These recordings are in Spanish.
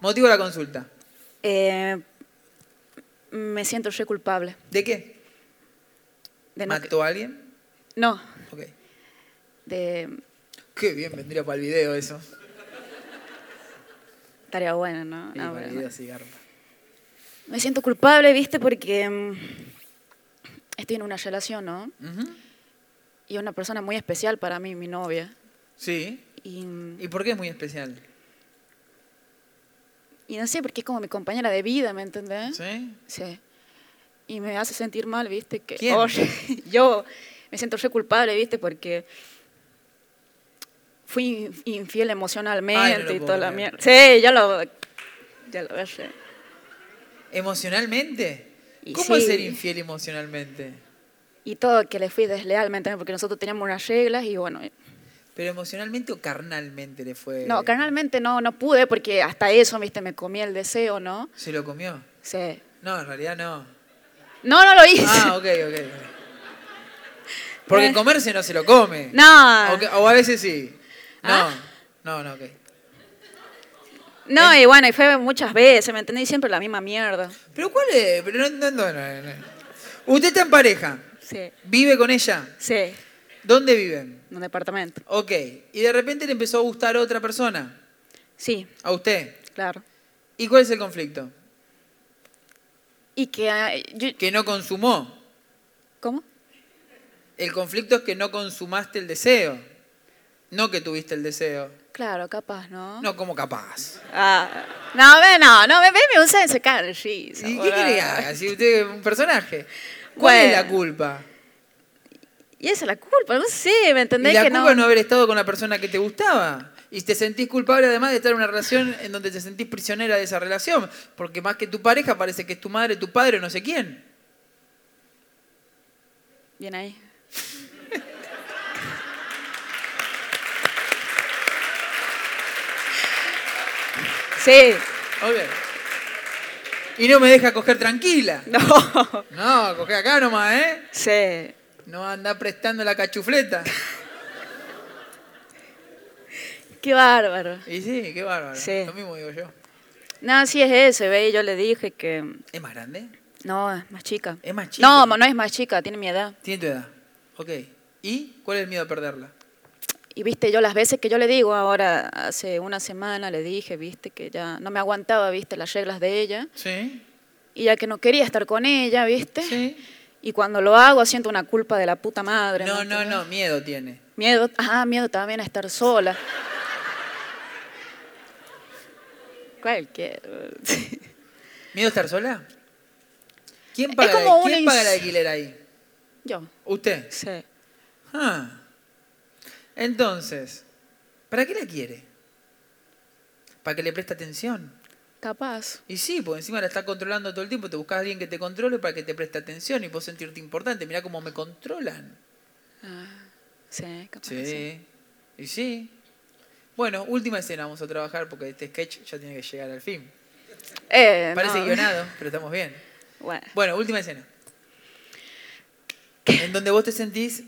Motivo de la consulta. Eh, me siento re culpable. ¿De qué? De no, ¿Mató a alguien? no, Ok. de Qué bien vendría para el video eso. Ah, tarea buena, ¿no? Sí, No, para pero el no. video sí, garpa. Me siento culpable, viste, porque mm, estoy en una relación, ¿no? Ujú. Y una persona muy especial para mí, mi novia. Sí. Y, mm, ¿Y por qué es muy especial? y no sé, porque es como mi compañera de vida, ¿me entendés? ¿Sí? Sí. Y me hace sentir mal, ¿viste? Que, ¿Quién? oye, yo me siento re culpable, ¿viste? Porque fui in- infiel Ay, emocionalmente no lo y puedo toda la creer. mierda. Sí, ya lo... Ya lo ves. ¿Emocionalmente? Y ¿Cómo es sí. ser infiel emocionalmente? Y todo que le fui deslealmente, porque nosotros teníamos unas reglas y bueno... ¿Pero emocionalmente o carnalmente le fue? No, carnalmente no, no pude porque hasta eso, viste, me comí el deseo, ¿no? ¿Se lo comió? Sí. No, en realidad no. No, no lo hice. Ah, ok, ok. Porque comerse no se lo come. No. O, que- o a veces sí. No. Ah. No, no, ok. No, y bueno, y fue muchas veces, ¿me entendés? Y siempre la misma mierda. Pero ¿cuál es? Pero no, no, no, no, no. Usted está en pareja. Sí. Vive con ella. Sí, ¿Dónde viven? en un departamento. Ok. Y de repente le empezó a gustar otra persona. Sí, A usted. claro. ¿Y cuál es el conflicto? Y que... ah, yo- Que no consumó. ¿Cómo? El conflicto es que no consumaste el deseo. No que tuviste el deseo. Claro, capaz, ¿no? No, como capaz. Ah, no, ve, no, no, ve, ve, me usa en sacar el chis, ¿Y qué boludo. quiere que haga? Si usted es un personaje. ¿Cuál es la Bueno. culpa? Y esa es la culpa, no sé, ¿me Y entendés? la que culpa es no haber estado con la persona que te gustaba. Y te sentís culpable además de estar en una relación en donde te sentís prisionera de esa relación. Porque más que tu pareja parece que es tu madre, tu padre, no sé quién. Bien ahí. Sí. Obvio. Y no me deja coger tranquila. No. No, coge acá nomás, ¿eh? Sí. No anda prestando la cachufleta. Qué bárbaro. Y sí, qué bárbaro. Sí. Lo mismo digo yo. No, sí es ese, ve, yo le dije que ¿Es más grande? no, es más chica. Es más chica. No, no es más chica, tiene mi edad. Tiene tu edad. Ok. ¿Y cuál es el miedo a perderla? Y viste, yo las veces que yo le digo, ahora hace una semana le dije, viste, que ya no me aguantaba, viste, las reglas de ella. Sí. Y ya que no quería estar con ella, viste. Sí. Y cuando lo hago siento una culpa de la puta madre. No, no, ¿entendés? no, miedo tiene. Miedo, ah, miedo también a estar sola. Cualquier. ¿Miedo a estar sola? ¿Quién Es paga, el- como una ¿quién ins- paga el alquiler ahí? Yo, Usted. sí. Ah. Entonces, ¿para qué la quiere? ¿Para que le preste atención? Capaz. Y sí, porque encima la está controlando todo el tiempo. Te buscas a alguien que te controle para que te preste atención y vos sentirte importante. Mirá cómo me controlan. Ah, Sí, capaz. Sí. sí. Y sí. Bueno, última escena vamos a trabajar porque este sketch ya tiene que llegar al fin. Eh, Parece no. guionado, pero estamos bien. Bueno, Bueno, última escena. En donde vos te sentís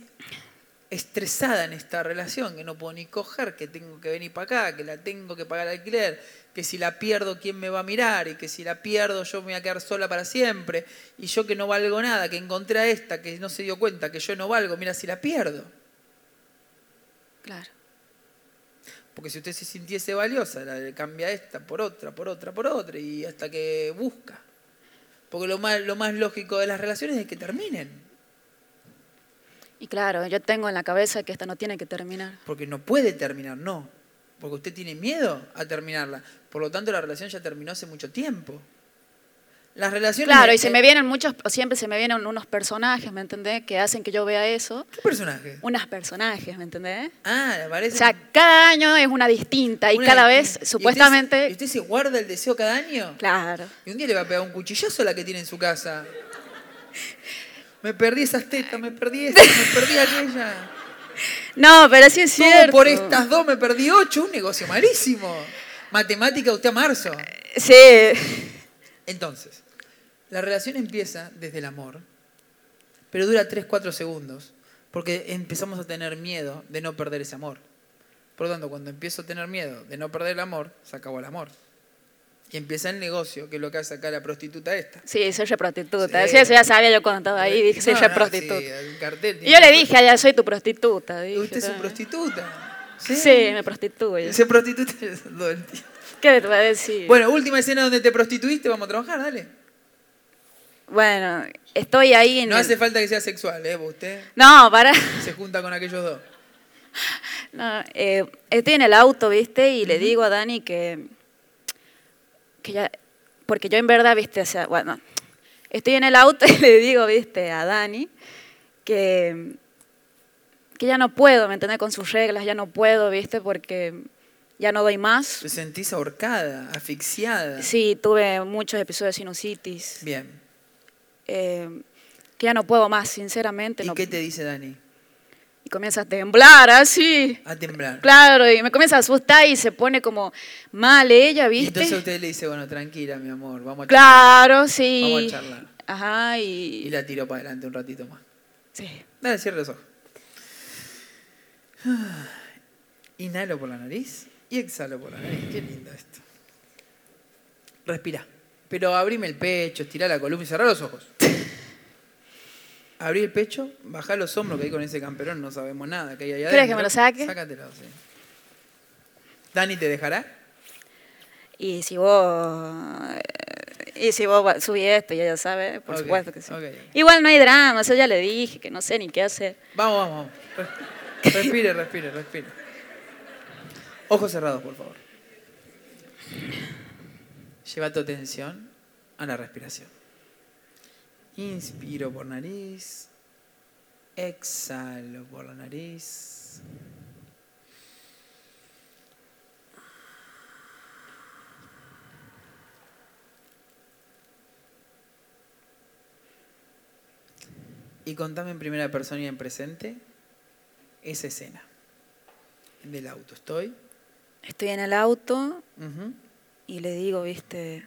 estresada en esta relación, que no puedo ni coger, que tengo que venir para acá, que la tengo que pagar alquiler, que si la pierdo, ¿quién me va a mirar? Y que si la pierdo, yo me voy a quedar sola para siempre. Y yo que no valgo nada, que encontré a esta, que no se dio cuenta, que yo no valgo, mira si la pierdo. claro. Porque si usted se sintiese valiosa, la- cambia esta por otra, por otra, por otra, y hasta que busca. Porque lo más, lo más lógico de las relaciones es que terminen. Y claro, yo tengo en la cabeza que esta no tiene que terminar. Porque no puede terminar, no. Porque usted tiene miedo a terminarla. Por lo tanto, la relación ya terminó hace mucho tiempo. Las relaciones. Claro, y eh, se me vienen muchos, siempre se me vienen unos personajes, ¿me entendés? Que hacen que yo vea eso. ¿Qué personaje? Unos personajes, ¿me entendés? Ah, le O parece. sea, cada año es una distinta y una- cada y vez, usted se- supuestamente... ¿Y usted se guarda el deseo cada año? Claro. Y un día le va a pegar un cuchillazo a la que tiene en su casa. Me perdí esas tetas, me perdí esta, me perdí aquella. No, pero sí es Todo cierto. por estas dos me perdí ocho, un negocio malísimo. Matemática, usted a marzo. Sí. Entonces, la relación empieza desde el amor, pero dura 3, 4 segundos, porque empezamos a tener miedo de no perder ese amor. Por lo tanto, cuando empiezo a tener miedo de no perder el amor, se acabó el amor. y empieza el negocio, que es lo que hace acá la prostituta esta. Sí, soy ya prostituta. Sí. Sí, eso ya sabía yo cuando estaba ahí. Dije, soy No, ya no, prostituta. sí, el cartel y yo le tiene- dije, allá soy tu prostituta. dije, Usted es un también. prostituta. Sí, me prostituyo. Se prostituta todo el tiempo. ¿Qué te va a decir? Bueno, última escena donde te prostituiste, vamos a trabajar, dale. Bueno, estoy ahí en. No el- hace falta que sea sexual, ¿eh? Porque Usted No, para. se junta con aquellos dos. No, eh, estoy en el auto, ¿viste? Y le digo a Dani que. que ya. Porque yo en verdad, ¿viste? O sea, bueno. Estoy en el auto y le digo, ¿viste? A Dani que. que ya no puedo, ¿me entendés? Con sus reglas, ya no puedo, ¿viste? Porque ya no doy más. Te sentís ahorcada, asfixiada. Sí, tuve muchos episodios de sinusitis. Bien. eh, que ya no puedo más, sinceramente. ¿Y no- qué te dice Dani? y comienza a temblar así. A temblar. Claro, y me comienza a asustar y se pone como mal ella, Y ¿viste? entonces usted le dice, bueno, tranquila, mi amor, vamos a charlar. Claro, sí. Vamos a charlar. Ajá, Y y... la tiro para adelante un ratito más. Sí. Dale, cierra los ojos. Inhalo por la nariz y exhalo por la nariz. Qué lindo esto. Respira. Pero abrime el pecho, estirá la columna y cerrá los ojos. Abrí el pecho, bajá los hombros, que ahí con ese camperón no sabemos nada que hay allá ¿Querés adentro. que me lo saque? Sácatelo, sí. ¿Dani te dejará? Y si vos... eh, Y si vos va- subí esto, ya ya sabe, por Ok, supuesto que sí. ok, ok. Igual no hay drama, eso ya le dije, que no sé ni qué hacer. Vamos, vamos, vamos. Res- Respire, respire, respire. Ojos cerrados, por favor. Lleva tu atención a la respiración. Inspiro por nariz. Exhalo por la nariz. Y contame en primera persona y en presente esa escena. En el auto estoy. Estoy en el auto Ujú. y le digo, viste,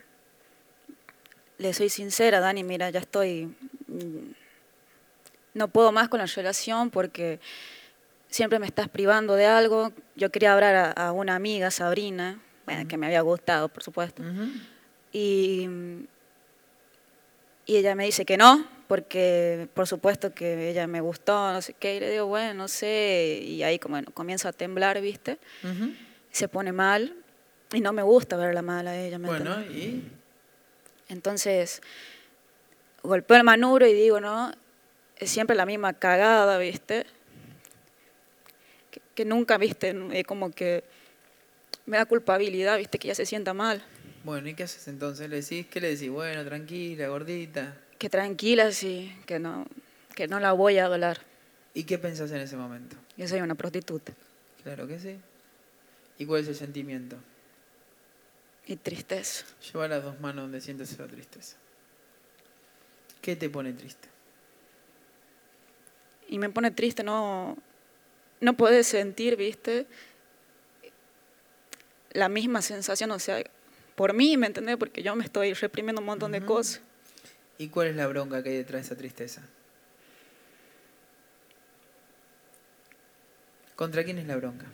le soy sincera, Dani, mira, ya estoy, mm, no puedo más con la relación porque siempre me estás privando de algo. Yo quería hablar a, a una amiga, Sabrina, bueno, que me había gustado, por supuesto, Ujú. y, mm, y ella me dice que no, porque por supuesto que ella me gustó, no sé qué, y le digo, bueno, no sé, y ahí como bueno, comienza a temblar, viste Ujú. se pone mal y no me gusta verla mal a ella. ¿me Bueno, entendés? y Entonces, golpeo el manubrio y digo, ¿no? Es siempre la misma cagada, ¿viste? Que, que nunca, ¿viste? Eh, como que me da culpabilidad, ¿viste? Que ella se sienta mal. bueno, ¿y qué haces entonces? ¿Le decís? ¿Qué le decís? Bueno, tranquila, gordita. Que tranquila, sí, que no, que no la voy a adorar. ¿Y qué pensás en ese momento? Yo soy una prostituta. Claro que sí. ¿Y cuál es el sentimiento? Y tristeza. Lleva las dos manos donde sientes esa tristeza. ¿Qué te pone triste? Y me pone triste, no, no poder sentir, viste, la misma sensación, o sea, por mí, ¿me entendés? Porque yo me estoy reprimiendo un montón de cosas. ¿Y cuál es la bronca que hay detrás de esa tristeza? ¿Contra quién es la bronca?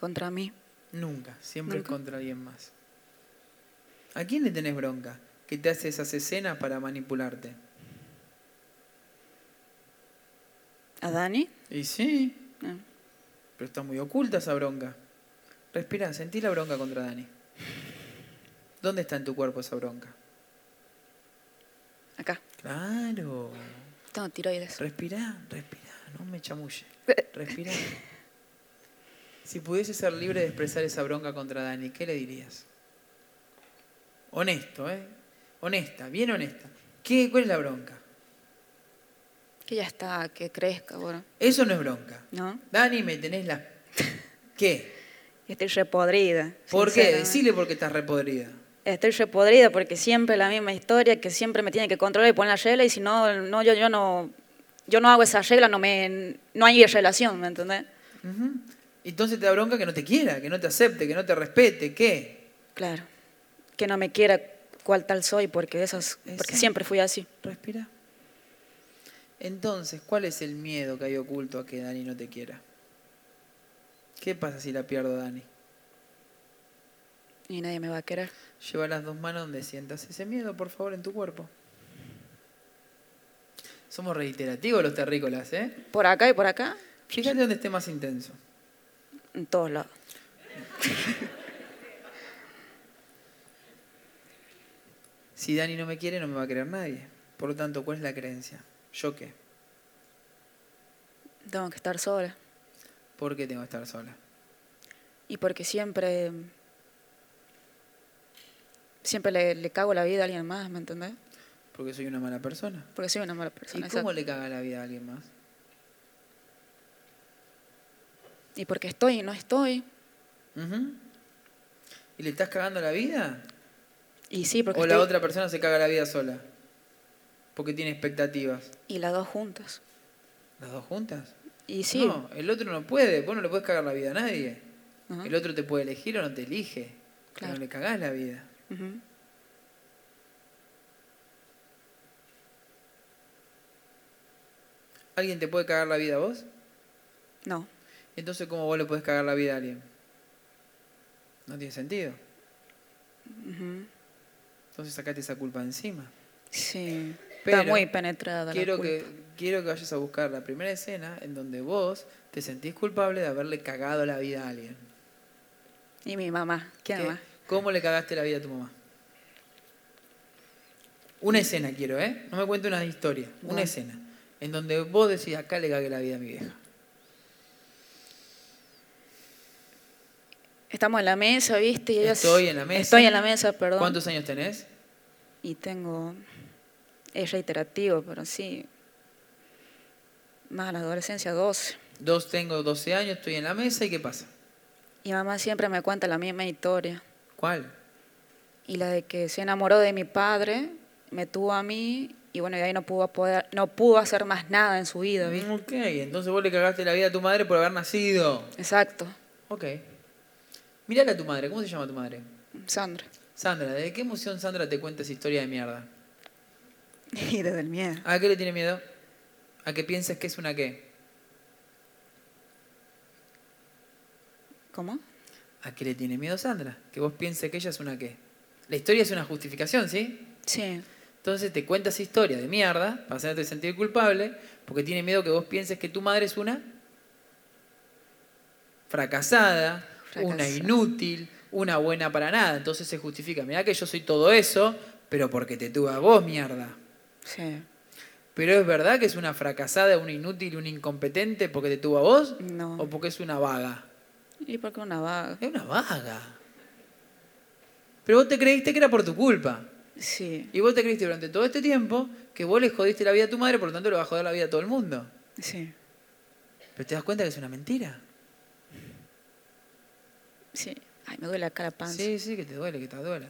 Contra mí. Nunca, siempre es Nunca. contra alguien más. ¿A quién le tenés bronca? Que te hace esas escenas para manipularte. ¿A Dani? Y sí, Ah. pero está muy oculta esa bronca. Respira, sentí la bronca contra Dani. ¿Dónde está en tu cuerpo esa bronca? Acá. Claro. Tengo tiroides. Respirá, respirá, no me chamulle. Respirá. Si pudiese ser libre de expresar esa bronca contra Dani, ¿qué le dirías? Honesto, ¿eh? Honesta, bien honesta. ¿Qué, ¿Cuál es la bronca? Que ya está, que crezca, bueno, Eso no es bronca. ¿no? Dani, me tenés la... ¿Qué? Y Estoy repodrida. ¿Por qué? sinceramente. Decile por qué estás repodrida. Estoy repodrida porque siempre la misma historia, que siempre me tiene que controlar y poner la regla, y si no, no yo, yo no yo no hago esa regla, no, me, no hay relación, ¿me entendés? Ujú. Entonces te da bronca que no te quiera, que no te acepte, que no te respete. ¿Qué? Claro, que no me quiera cual tal soy, porque esas, porque Exacto. siempre fui así. Respira. Entonces, ¿cuál es el miedo que hay oculto a que Dani no te quiera? ¿Qué pasa si la pierdo a Dani? Y nadie me va a querer. Lleva las dos manos donde sientas ese miedo, por favor, en tu cuerpo. Somos reiterativos los terrícolas, ¿eh? Por acá y por acá, Fíjate donde esté más intenso. en todos lados. Si Dani no me quiere, no me va a querer nadie. Por lo tanto, ¿cuál es la creencia? ¿Yo qué? Tengo que estar sola. ¿Por qué tengo que estar sola? Y porque siempre. Siempre le, le cago la vida a alguien más, ¿me entendés? Porque soy una mala persona. Porque soy una mala ¿Y persona. cómo exacto. le caga la vida a alguien más? Y porque estoy y no estoy. Ujú. ¿Y le estás cagando la vida? Y sí, porque ¿O la estoy- otra persona se caga la vida sola? Porque tiene expectativas. Y las dos juntas. ¿Las dos juntas? Y sí. No, el otro no puede. Vos no le puedes cagar la vida a nadie. Ajá. El otro te puede elegir o no te elige. Pero Claro. no le cagás la vida. Ujú. ¿Alguien te puede cagar la vida a vos? No. Entonces, ¿cómo vos le podés cagar la vida a alguien? No tiene sentido. Ujú. Entonces sacate esa culpa de encima. Sí. Pero Está muy penetrada. la Quiero culpa. que, quiero que vayas a buscar la primera escena en donde vos te sentís culpable de haberle cagado la vida a alguien. Y mi mamá. ¿Quién ¿Qué- más? ¿Cómo le cagaste la vida a tu mamá? Una escena quiero, ¿eh? No me cuente una historia. Una Bueno. escena. En donde vos decís, acá le cagué la vida a mi vieja. Estamos en la mesa, ¿viste? Y ella s- Estoy en la mesa. Estoy en la mesa, perdón. ¿Cuántos años tenés? Y tengo. Es reiterativo, pero sí. Más la adolescencia, 12. Dos, tengo 12 años, estoy en la mesa y ¿qué pasa? Y mamá siempre me cuenta la misma historia. ¿Cuál? Y la de que se enamoró de mi padre, me tuvo a mí, y bueno, de ahí no pudo, poder, no pudo hacer más nada en su vida, ¿viste? Ok, entonces vos le cagaste la vida a tu madre por haber nacido. Exacto, Ok. Mirala a tu madre, ¿cómo se llama tu madre? Sandra. Sandra, ¿de qué emoción Sandra te cuenta esa historia de mierda? Y desde el miedo. ¿A qué le tiene miedo? ¿A que pienses que es una qué? ¿Cómo? ¿A qué le tiene miedo Sandra? Que vos pienses que ella es una qué. La historia es una justificación, ¿sí? Sí, Entonces te cuenta esa historia de mierda para hacerte sentir culpable porque tiene miedo que vos pienses que tu madre es una fracasada, una Fracasada. inútil, una buena para nada. Entonces se justifica, mirá que yo soy todo eso, pero porque te tuve a vos, mierda. sí. Pero es verdad que es una fracasada, una inútil, una incompetente porque te tuvo a vos No. o porque es una vaga. ¿Y por qué una vaga? Es una vaga. Pero vos te creíste que era por tu culpa. Sí, Y vos te creíste durante todo este tiempo que vos le jodiste la vida a tu madre, por lo tanto le vas a joder la vida a todo el mundo. sí, Pero te das cuenta que es una mentira. sí. Ay, me duele la cara panza. Sí. Sí, sí, que te duele, que te duele.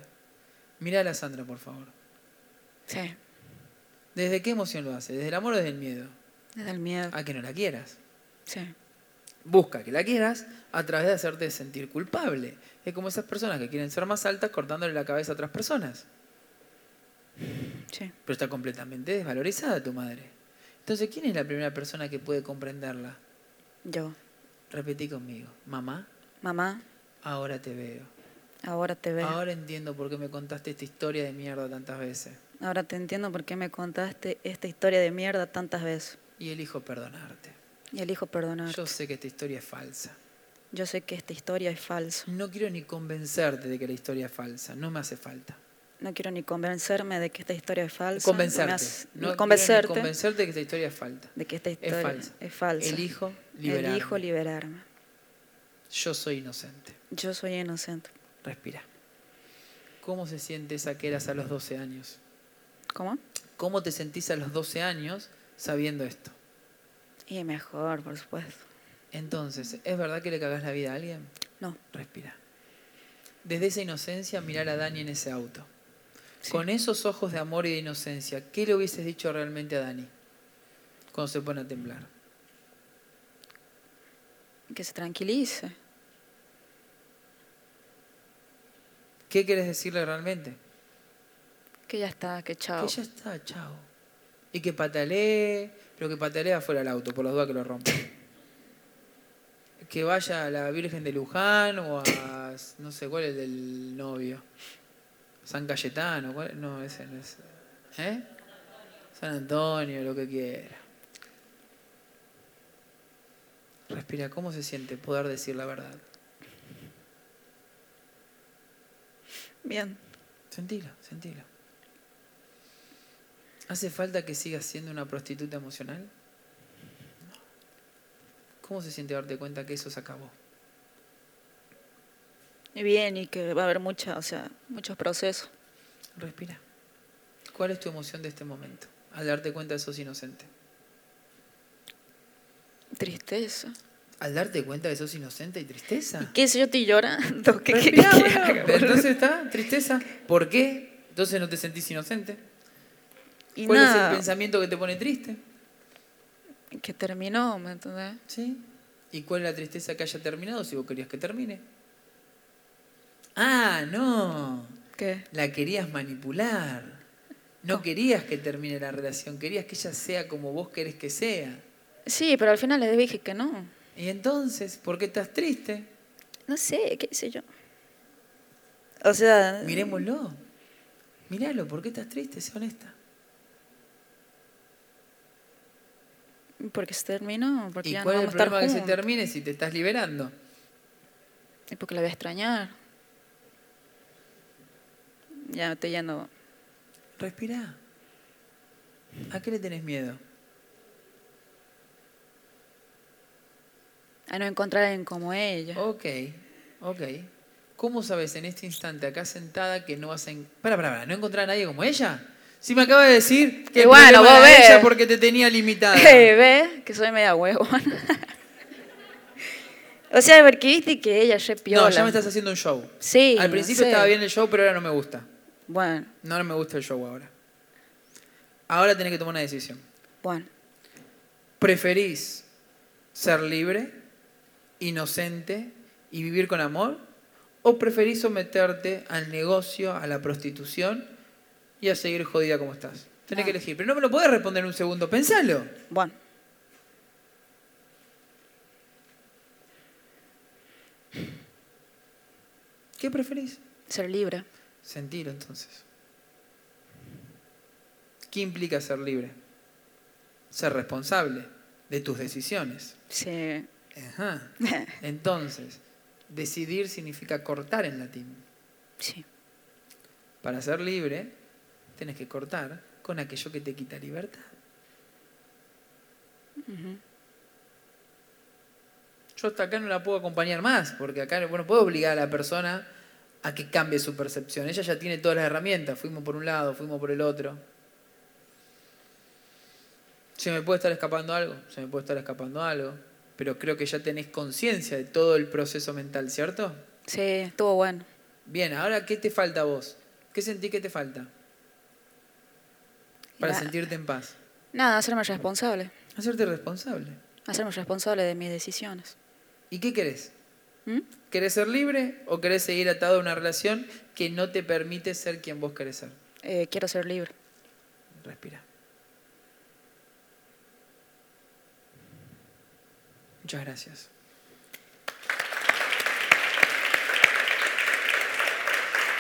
Mirá a la Sandra, por favor. ¿Desde qué emoción lo hace? ¿Desde el amor o desde el miedo? desde el miedo. A que no la quieras. Sí, Busca que la quieras a través de hacerte sentir culpable. Es como esas personas que quieren ser más altas cortándole la cabeza a otras personas. sí. Pero está completamente desvalorizada tu madre. Entonces, ¿quién es la primera persona que puede comprenderla? Yo, Repetí conmigo. Mamá, mamá, ahora te veo. ahora te veo. Ahora, Ahora entiendo por qué me contaste esta historia de mierda tantas veces. te entiendo por qué me contaste esta historia de mierda tantas veces. Y elijo perdonarte. Y elijo perdonar. Yo sé que esta historia es falsa. Yo sé que esta historia es falsa. No quiero ni convencerte de que la historia es falsa. No me hace falta. No quiero ni convencerme de que esta historia es falsa. no me Convencerte. hace- No quiero ni convencerte convencerte de que esta historia es falsa. de que esta Es historia falsa. es falsa. Elijo liberarme. Elijo liberarme. Yo soy inocente. Yo soy inocente. Respira. ¿Cómo se siente esa que eras a los 12 años? ¿Cómo? ¿Cómo te sentís a los 12 años sabiendo esto? Y mejor, por supuesto. Entonces, ¿es verdad que le cagás la vida a alguien? No. Respira. Desde esa inocencia, mirar a Dani en ese auto. Sí. Con esos ojos de amor y de inocencia, ¿qué le hubieses dicho realmente a Dani cuando se pone a temblar? Que se tranquilice. ¿Qué querés decirle realmente? Que ya está, que chao. Que ya está, chao. Y que patalee, pero que patalee afuera del auto, por las dudas que lo rompa. que vaya a la Virgen de Luján o a no sé cuál es el del novio. San Cayetano, ¿cuál? no, ese no es. ¿Eh? San Antonio, lo que quiera. Respira, ¿cómo se siente poder decir la verdad? Bien. Sentilo, sentilo. ¿Hace falta que sigas siendo una prostituta emocional? No. ¿Cómo se siente darte cuenta que eso se acabó? Y bien, y que va a haber mucha, o sea, muchos procesos. Respira. ¿Cuál es tu emoción de este momento al darte cuenta que sos inocente? Tristeza. Al darte cuenta que sos inocente y tristeza. ¿Qué si yo estoy llorando? ¿Qué querés Respirá, que bueno. haga, boludo? Entonces está, tristeza. ¿Por qué? Entonces no te sentís inocente. y ¿Cuál es el nada, pensamiento que te pone triste? que terminó, ¿me entendés? ¿Sí? ¿Y cuál es la tristeza que haya terminado si vos querías que termine? Ah, no. ¿Qué? La querías manipular. No querías que termine la relación, querías que ella sea como vos querés que sea. Sí, pero al final les dije que no. Y entonces, ¿por qué estás triste? No sé, qué sé yo. O sea, Miremoslo. Míralo, ¿por qué estás triste? Sé honesta. porque se terminó, porque ¿Y ya no cuál es el vamos a estar problema que se juntos. termine si te estás liberando? Y porque la voy a extrañar. Ya me estoy yendo. Respirá. ¿A qué le tenés miedo? A no encontrar a alguien como ella. Ok, ok. ¿Cómo sabes en este instante acá sentada que no vas a... Para, para, para, ¿no encontrar a nadie como ella? Si me acaba de decir que Y el bueno, problema vos era ves. ella porque te tenía limitada. Eh, ¿Ves? Que soy media huevona. o sea, porque viste que ella es re piola. No, ya me estás haciendo un show. Sí, Al no principio sé. estaba bien el show, pero ahora no me gusta. Bueno, No me gusta el show ahora. Ahora tenés que tomar una decisión. bueno. ¿Preferís ser libre, inocente y vivir con amor? ¿O preferís someterte al negocio, a la prostitución y a seguir jodida como estás? Tenés Ah. que elegir. Pero no me lo podés responder en un segundo. Pensalo. Bueno. ¿Qué preferís? Ser libre. Sentir entonces. ¿Qué implica ser libre? Ser responsable de tus decisiones. Sí. Ajá. Entonces, decidir significa cortar en latín. sí. Para ser libre, tenés que cortar con aquello que te quita libertad. Ujú. Yo hasta acá no la puedo acompañar más, porque acá bueno, puedo obligar a la persona a que cambie su percepción. Ella ya tiene todas las herramientas. Fuimos por un lado, fuimos por el otro. Se me puede estar escapando algo, se me puede estar escapando algo. Pero creo que ya tenés conciencia de todo el proceso mental, ¿cierto? Sí, estuvo bueno. Bien, ahora, ¿qué te falta a vos? ¿Qué sentí que te falta? Para Nada. sentirte en paz. Nada, hacerme responsable. Hacerte responsable. Hacerme responsable de mis decisiones. ¿Y qué querés? ¿Mm? ¿Querés ser libre o querés seguir atado a una relación que no te permite ser quien vos querés ser? Eh, quiero ser libre. Respira. Muchas gracias.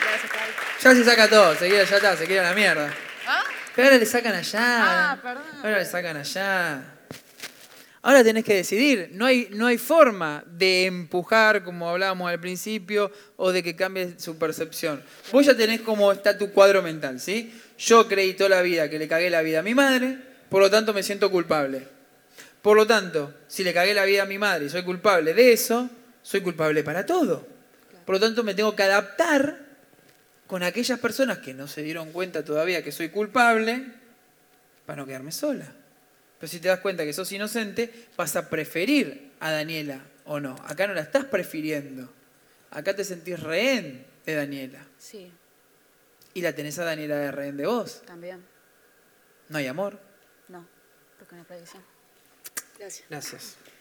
Gracias, Ya se saca todo, seguida ya está, se queda la mierda. ¿Ah? Pero ahora le sacan allá. Ah, perdón. Ahora le sacan allá. Ahora tenés que decidir. No hay, no hay forma de empujar, como hablábamos al principio, o de que cambie su percepción. Vos ya tenés como está tu cuadro mental, ¿sí? Yo creí toda la vida que le cagué la vida a mi madre, por lo tanto me siento culpable. Por lo tanto, si le cagué la vida a mi madre y soy culpable de eso, soy culpable para todo. Por lo tanto, me tengo que adaptar con aquellas personas que no se dieron cuenta todavía que soy culpable para no quedarme sola. Pero si te das cuenta que sos inocente, vas a preferir a Daniela o no. Acá no la estás prefiriendo. Acá te sentís rehén de Daniela. Sí, Y la tenés a Daniela de rehén de vos. también. No hay amor. No, porque una predicción. Gracias. Gracias.